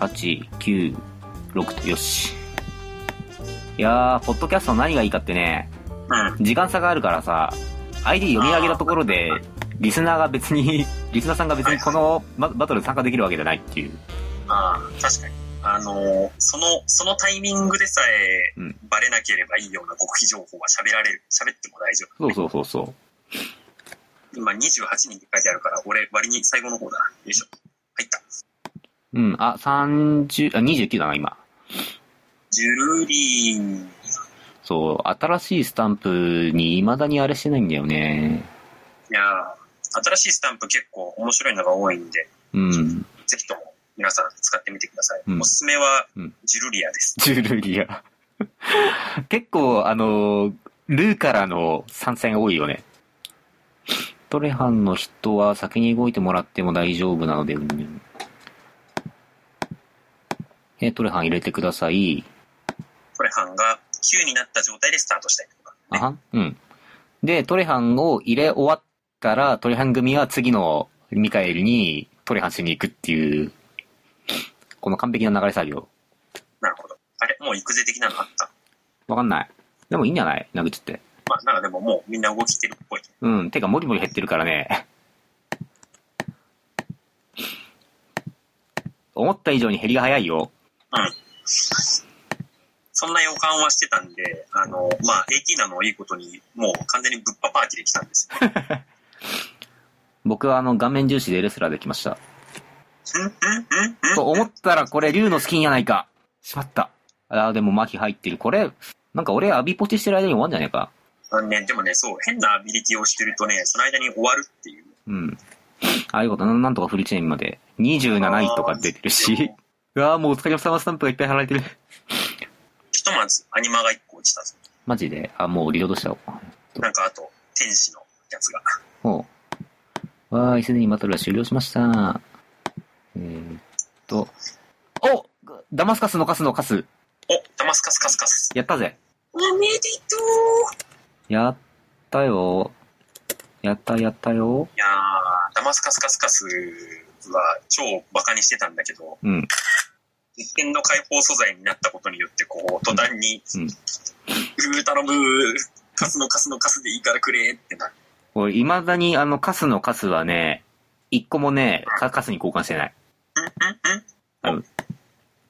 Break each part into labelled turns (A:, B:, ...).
A: 23F4B896 と、よし。いやー、ポッドキャストの何がいいかってね、
B: うん。
A: 時間差があるからさ、ID 読み上げたところで、リスナーが別に、 リスナーさんが別にこのババトル参加できるわけじゃないっていう。
B: ああ、確かに。あのーその、そのタイミングでさえ
A: うん、
B: バレなければいいような極秘情報は喋られる。喋っても大丈夫。
A: そうそうそうそう。
B: 今28人って書いてあるから、俺、割に最後の方だな。よいしょ。入った。
A: うん、あ、30、あ、29だな、今。
B: ジュルリー。
A: そう、新しいスタンプに未だにあれしてないんだよね。
B: いやー新しいスタンプ結構面白いのが多いんで、
A: うん。
B: ぜひとも皆さん使ってみてください。
A: うん
B: おすすめは
A: うん、
B: ジュルリアです。
A: ジュルリア。結構、あの、ルーからの参戦が多いよね。トレハンの人は先に動いてもらっても大丈夫なので、うんうん。え、トレハン入れてください。
B: これ班が9になった状態でスタートしたいとか。
A: あはんうん。で、トレハンを入れ終わったら、トレハン組は次のミカエルにトレハンしに行くっていう、この完璧な流れ作業。
B: なるほど。あれもう行くぜ的なのあった。
A: わかんない。でもいいんじゃないナグチって。
B: まあ、なんかでももうみんな動きてるっぽい。
A: うん。てか、もりもり減ってるからね。思った以上に減りが早いよ。
B: そんな予感はしてたんで、あの、まあ、AT なのをいいことに、もう完全にぶっぱパーティーで来たんですよ。
A: 僕はあの、画面重視でレスラーできました。
B: んんんん
A: と思ったら、これ、竜のスキンやないか。しまった。あー、でも、麻痺入ってる。これ、なんか俺、アビポチしてる間に終わんじゃねえか。
B: あのね、でもね、そう、変なアビリティをしてるとね、その間に終わるっていう。
A: うん。ああいうこと、ななんとかフルチェーンまで。27位とか出てるし。うわーもうお疲れ様スタンプがいっぱい貼られてる。
B: ひとまず、アニマが1個落ちたぞ。
A: マジであ、もうリロードしちゃおう。
B: なんかあと、天使のやつが。
A: ほう。わーい、すでにバトルは終了しました。えー、っと。おダマスカスのカスのカス。
B: お、ダマスカスカスカス。
A: やったぜ。
B: おめでとう
A: やったよ。やったやったよ。
B: いやー、ダマスカスカスカスは超バカにしてたんだけど、
A: うん。
B: 実験の解放素材になったことによって、こう、途端に、
A: うんうん
B: うー、頼むカスのカスのカスでいいからくれってなる。
A: 俺、未だにあのカスのカスはね、一個もね、カカスに交換してない。
B: うんうんう
A: 多
B: ん
A: 分
B: じ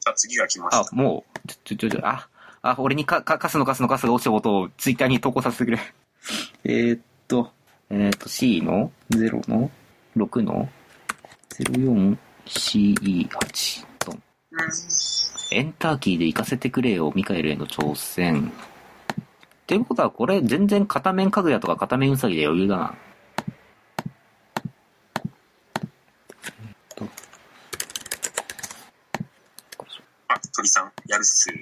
B: ゃあ次が来まし
A: あ
B: た。、
A: もう、ちょ、ちょ、ちょ、あ、あ、俺にか、か、カスのカスのカスが落ちたことをツイッターに投稿させてくれ。えーっと、えーっと、C の、0の、6の、04CE8 と、
B: うん
A: エンターキーで行かせてくれよ、ミカエルへの挑戦。っていうことは、これ、全然片面かぐやとか片面うさぎで余裕だな。
B: あ、鳥さん、やるっす。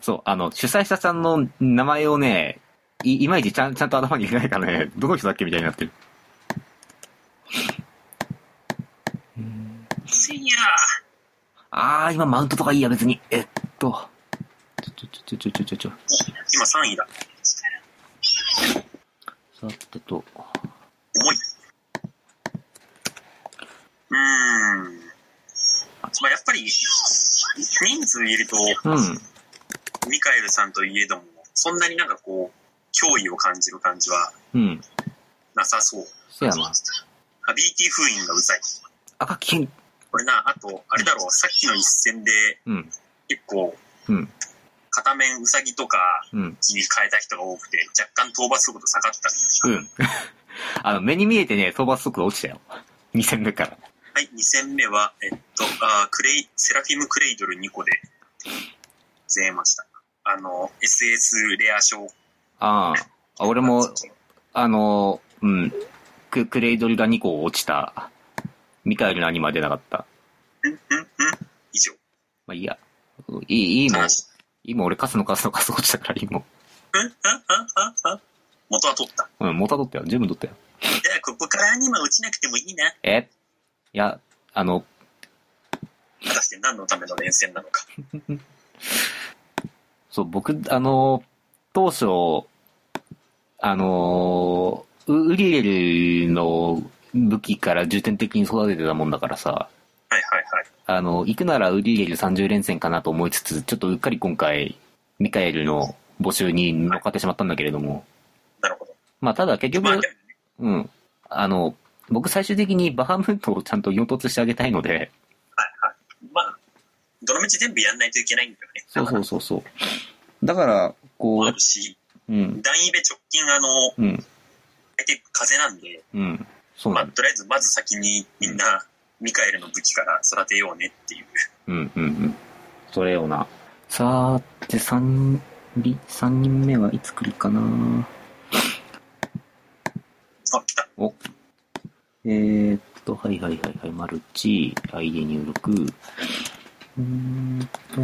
A: そう、あの、主催者さんの名前をね、い、いまいちちゃん、ちゃんと頭に入れないからね、どの人だっけみたいになってる。
B: せいや
A: あー、今マウントとかいいや、別に。えっと。ちょちょちょちょちょちょちょ。
B: ー今3位だ。
A: さてと。
B: 重い。うーん。まあ、やっぱり、人数いると、
A: うん。
B: ミカエルさんといえども、そんなになんかこう、脅威を感じる感じは
A: うん。
B: なさそう。
A: そやな。
B: アビリティ封印がうざい。
A: 赤きん。
B: これな、あと、あれだろう、さっきの一戦で、
A: うん。
B: 結構、
A: うん。
B: 片面ウサギとか、
A: うん。
B: に変えた人が多くて、若干討伐速度下がったんです
A: う。ん。 あの、目に見えてね、討伐速度落ちたよ。2戦目から。
B: はい、2戦目は、えっと、あークレイ、セラフィムクレイドル2個で、ぜえました。あの、SS レア賞。
A: あーあ。俺も、あの、うん。ク、クレイドルが2個落ちた。ミカエルのアニマ出なかった。
B: うん、うん、うん。以上。
A: まあ、いいや。いい、いいもん
B: 話。
A: いいもん、俺カスのカスのカス落ちたからいいもん。
B: うん、うん、うん、うん。元は取った。
A: うん、元取ったよ。全部取ったよ。
B: じゃあ、ここからアニマ落ちなくてもいいな。
A: えいや、あの、
B: 果たして何のための連戦なのか。
A: そう、僕、あの、当初、あの、ウウリエルの武器から重点的に育ててたもんだからさ、
B: はいはいはい。
A: あの、行くならウリエル30連戦かなと思いつつ、ちょっとうっかり今回、ミカエルの募集に乗っかってしまったんだけれども、
B: なるほど。
A: まあただ結
B: まあ
A: 局
B: で、も
A: う
B: ね
A: ん、あの、僕最終的にバハムートをちゃんと4突してあげたいので、
B: まあ、どの道全部やんないといけないんだよね。
A: そうそうそうそう。だから、こ
B: あるし、
A: う、うん、
B: 段位で直近あの、
A: うん、
B: 相手風なんで、
A: うん、そう
B: ま
A: な
B: あ、
A: んだ。
B: とりあえずまず先にみんな、ミカエルの武器から育てようねっていう。
A: うん、うん、うん。それよな。さーて、三人、三人目はいつ来るかな
B: あ、来た。
A: えー、っと、はいはいはいはい、マルチ、ID 入力。うーんと、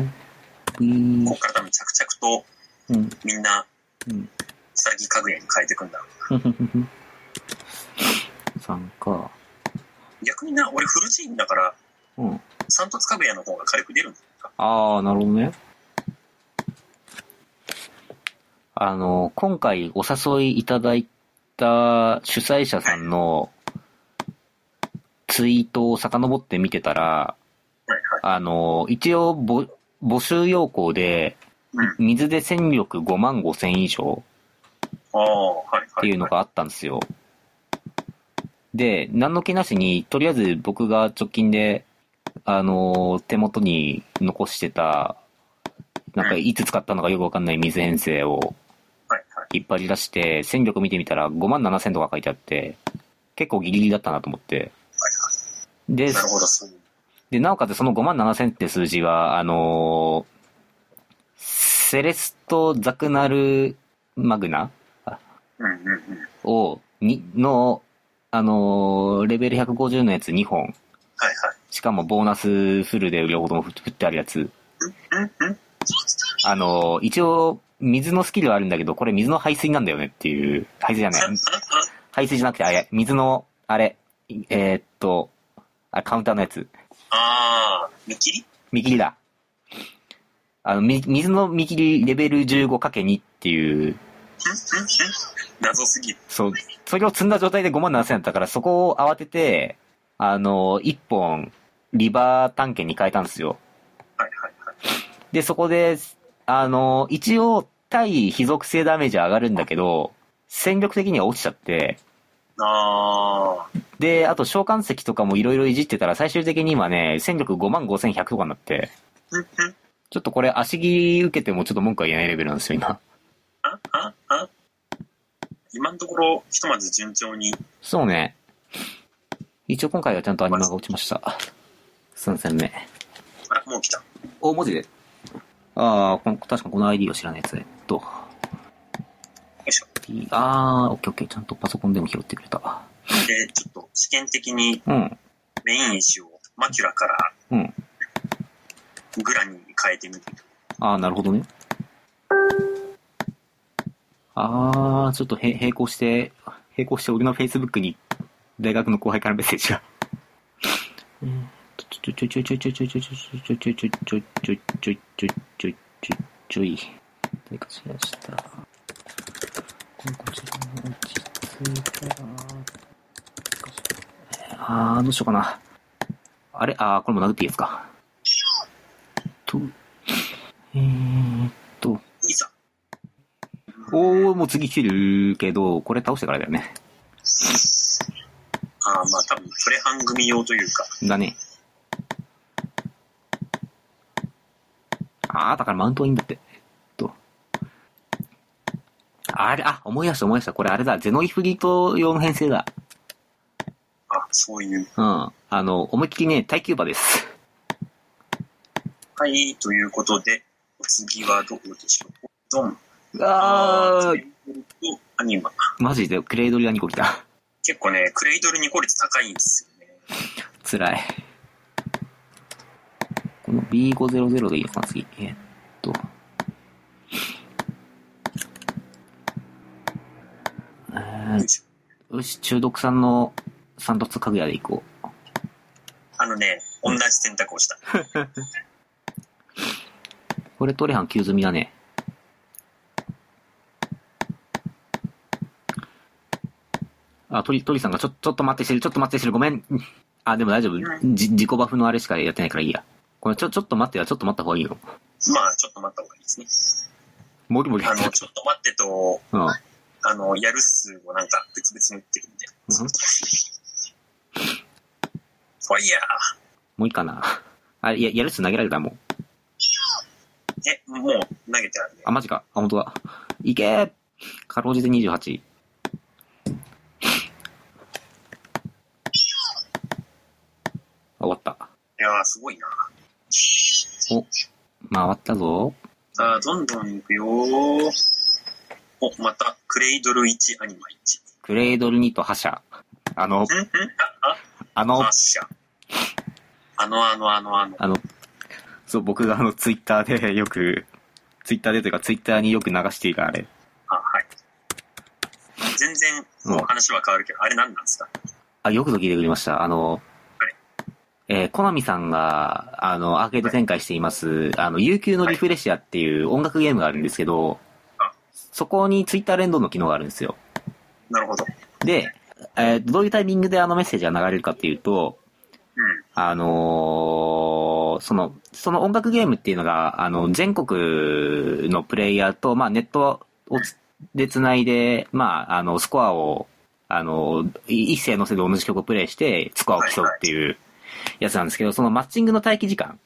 A: V、
B: ここから多分着々と
A: うん、
B: みんな、
A: うん。
B: さぎかぐやに変えていくんだろう。
A: 3か。
B: 逆にな、俺フルチームだから、
A: うん。
B: 三突かぐやの方が火力出るんだよ
A: ああ、なるほどね。あの、今回お誘いいただいた主催者さんのツイートを遡って見てたら、
B: な。はいはい。
A: あの、一応ぼ募集要項で、
B: うん。
A: 水で戦力5万5千以上
B: ああ、はいはい。
A: っていうのがあったんですよ。で、何の気なしに、とりあえず僕が直近で、あのー手元に残してた、なんか
B: うん
A: いつ使ったのかよくわかんない水編成を
B: はいはい。
A: 引っ張り出して、戦力見てみたら5万7千とか書いてあって、結構ギリギリだったなと思って。で、
B: なるほど、そう。
A: で、なおかつその5万7千って数字は、あのーセレスト・ザクナル・マグナ
B: うんうんうん。はい
A: を、に、の、あのーレベル150のやつ2本。
B: はい。
A: しかもボーナスフルで両方とも振ってあるやつ。
B: うんうん。
A: あのー一応、水のスキルはあるんだけど、これ水の排水なんだよねっていう、排水じゃない、排水じゃなくて、あれ、水の、あれ、えーっと、あ、カウンターのやつ。
B: ああ、見切り
A: 見切りだ。あの、み水の見切りレベル 15×2 っていう、
B: うんうんうん。謎すぎる。
A: そう、それを積んだ状態で5万7000円だったから、そこを慌てて、あの、1本、リバー探検に変えたんですよ。
B: はいはいはい。
A: で、そこで、あの、一応、対非属性ダメージは上がるんだけど、戦力的には落ちちゃって、
B: ああ、
A: で、あと召喚石とかもいろいろいじってたら、最終的に今ね、戦力5万5100とかになって、
B: うんうん。
A: ちょっとこれ足切り受けてもちょっと文句は言えないレベルなんですよ、今。
B: あああ今のところ、ひとまず順調に。
A: そうね。一応今回はちゃんとアニマが落ちました。3戦目。
B: あら、もう来た。
A: お、文字で。ああ、この確かこの ID を知らないやつ。えっと。
B: いしょ
A: ああ、オッケーオッケー。ちゃんとパソコンでも拾ってくれた。
B: で、ちょっと試験的に
A: うん、
B: メイン石をマキュラから
A: うん。
B: グラニーに変えてみる。
A: ああ、なるほどね。ああ、ちょっとへ並行して、並行して俺の Facebook に大学の後輩からメッセージが。うんちょちょちょちょちょちょちょちょちょちょちょちょちょちょちょちょちょちょちょちょい。誰かしました。ここちらも落ち着いたら。あー、どうしようかな。あれあー、これも殴っていいですか。と、えーっと。
B: いいさ。
A: おー、もう次来てるけど、これ倒してからだよね。
B: ああ、まあ多分、プレハン組用というか。
A: だね。あー、だからマウントはいいんだって。えっと。あれ、あ、思い出した思い出した。これあれだ。ゼノイフリート用の編成だ。
B: あ、そういう。
A: うん。あの、思いっきりね、耐久馬です。
B: はい、ということで、お次はどこでしょうドン。
A: あ
B: クレイドルとアニマ。
A: ー、マジでクレイドリア2個来た。
B: 結構ね、クレイドルに効率高いんですよね。
A: 辛い。この B500 でいいのかな、次。えーっと。えー
B: よいしょ
A: よし、中毒さんの三突かぐやで行こう。
B: あのね、同じ選択をした。
A: これトレハン急済みだね。あ、鳥、鳥さんがちょ、ちょっと待ってしてる、ちょっと待ってしてる、ごめん。あ、でも大丈夫。じ、自己バフのあれしかやってないからいいや。これ、ちょ、ちょっと待っては、ちょっと待った方がいいよ。
B: まあ、ちょっと待った方がいいですね。
A: もり もり。
B: あの、ちょっと待ってと、
A: うん。
B: あの、やる数をなんか別々に打ってるんで。
A: うん
B: ファイヤ
A: もういいかな。あ、いや、やるっつ投げられた、もう。
B: ーえ、もう投げてあるね
A: あ、。マジか。あ、本当だ。いけーかろうじて28。あ終わった。
B: いやー、すごいな。
A: 回ったぞ。
B: さあ、どんどん行くよー。お、また、クレイドル1、アニマ
A: クレードル2と覇者。あの、
B: 1。んんあ、
A: あ
B: あ、
A: の
B: マッ、シャ。あの、あの、あの、あの。
A: あの、そう、僕があの、ツイッターでよく、ツイッターでというか、ツイッターによく流しているあれ。
B: あ、はい。全然、
A: うん
B: 話は変わるけど、あれ何なんですか
A: あ、よくぞ聞いてくれました。あの
B: はい、
A: えー、コナミさんが、あの、アーケード展開しています、あの、悠久のリフレシアっていう音楽ゲームがあるんですけど
B: あ、
A: そこにツイッター連動の機能があるんですよ。
B: なるほど。
A: で、えーどういうタイミングであのメッセージが流れるかっていうと、
B: うん。
A: あのーその、その音楽ゲームっていうのが、あの、全国のプレイヤーと、まあ、ネットをつで繋いで、まあ、あの、スコアを、あの、い一斉のせで同じ曲をプレイして、スコアを競うっていうやつなんですけど、そのマッチングの待機時間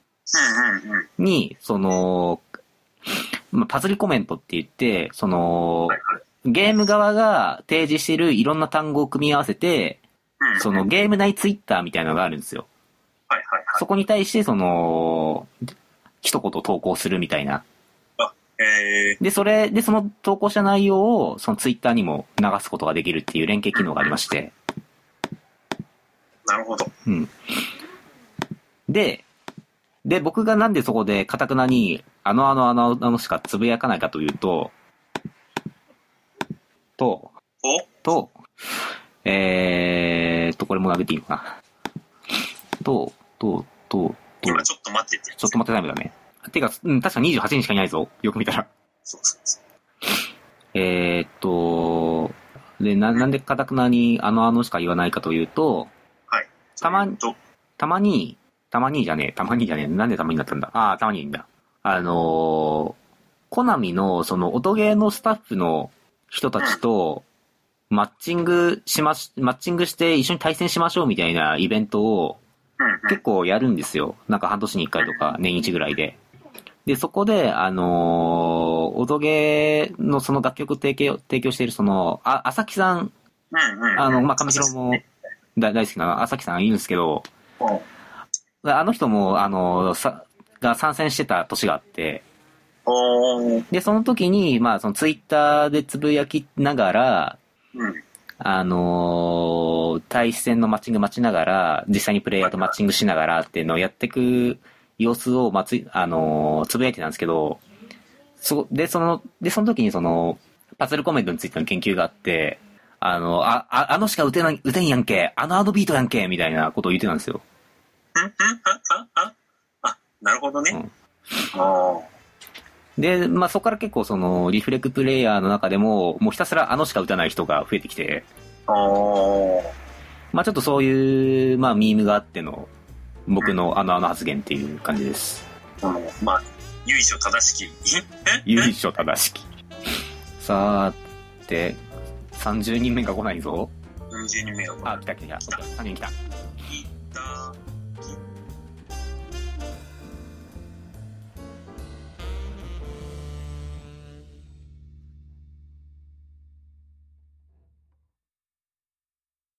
B: うん、うん、うん。
A: に、その、まあパズルコメントって言って、その
B: はい、はい。
A: ゲーム側が提示しているいろんな単語を組み合わせて、
B: うん。
A: そのゲーム内ツイッターみたいなのがあるんですよ。
B: はい、はい、はい。
A: そこに対して、その、一言投稿するみたいな。
B: えー、
A: で、それ、で、その投稿した内容を、そのツイッターにも流すことができるっていう連携機能がありまして。
B: なるほど。
A: うん。で、で、僕がなんでそこで、かたくなに、あのあのあのあのしかつぶやかないかというと、と、
B: お
A: と、えーっと、これも投げていいのかな。と、と、と、と、
B: 今ちょっと待ってて。
A: ちょっと待ってタイムだね。てか、うん、確か28人しかいないぞ。よく見たら。
B: そうそうそう。
A: えーっと、で、な、なんでかたくなにあのあのしか言わないかというと、
B: はい。
A: たまに
B: と、
A: たまに、たまにじゃねえ、たまにじゃねえ、なんでたまになったんだああ、たまにいいんだ。あのー、コナミの、その、音ゲーのスタッフの人たちと、マッチングしまし、マッチングして一緒に対戦しましょうみたいなイベントを、
B: うん、うん。
A: 結構やるんですよ。なんか半年に1回とか年1ぐらいで。で、そこで、あのー、音ゲーのその楽曲提供、提供しているその、あ、浅木さん、
B: うん、うん。
A: あの、まあ、上白も大大好きな浅木さんいるんですけど、
B: うん。
A: あの人も、あのーさ、が参戦してた年があって、
B: おー。
A: で、その時に、まあ、そのツイッターでつぶやきながら、
B: うん。
A: あのー対戦のマッチング待ちながら、実際にプレイヤーとマッチングしながらっていうのをやっていく様子を、まあつい、あのーつぶやいてたんですけど、そ、で、その、で、その時にその、パズルコメントについての研究があって、あの、あ、ああのしか打てない、打てんやんけ、あのあのビートやんけ、みたいなことを言ってたんですよ。
B: うんうんああああなるほどね。
A: うん
B: あー
A: で、まあ、そこから結構その、リフレクプレイヤーの中でも、もうひたすらあのしか打たない人が増えてきて、
B: あー。
A: まあちょっとそういう、まあミームがあっての、僕のあのあの発言っていう感じです。
B: このまあ、由緒正しき。
A: 由緒正しき。さーて、30人目が来ないぞ。
B: 40人目を。
A: あ、来た来た来た。3人来た。
B: ギター、ギター。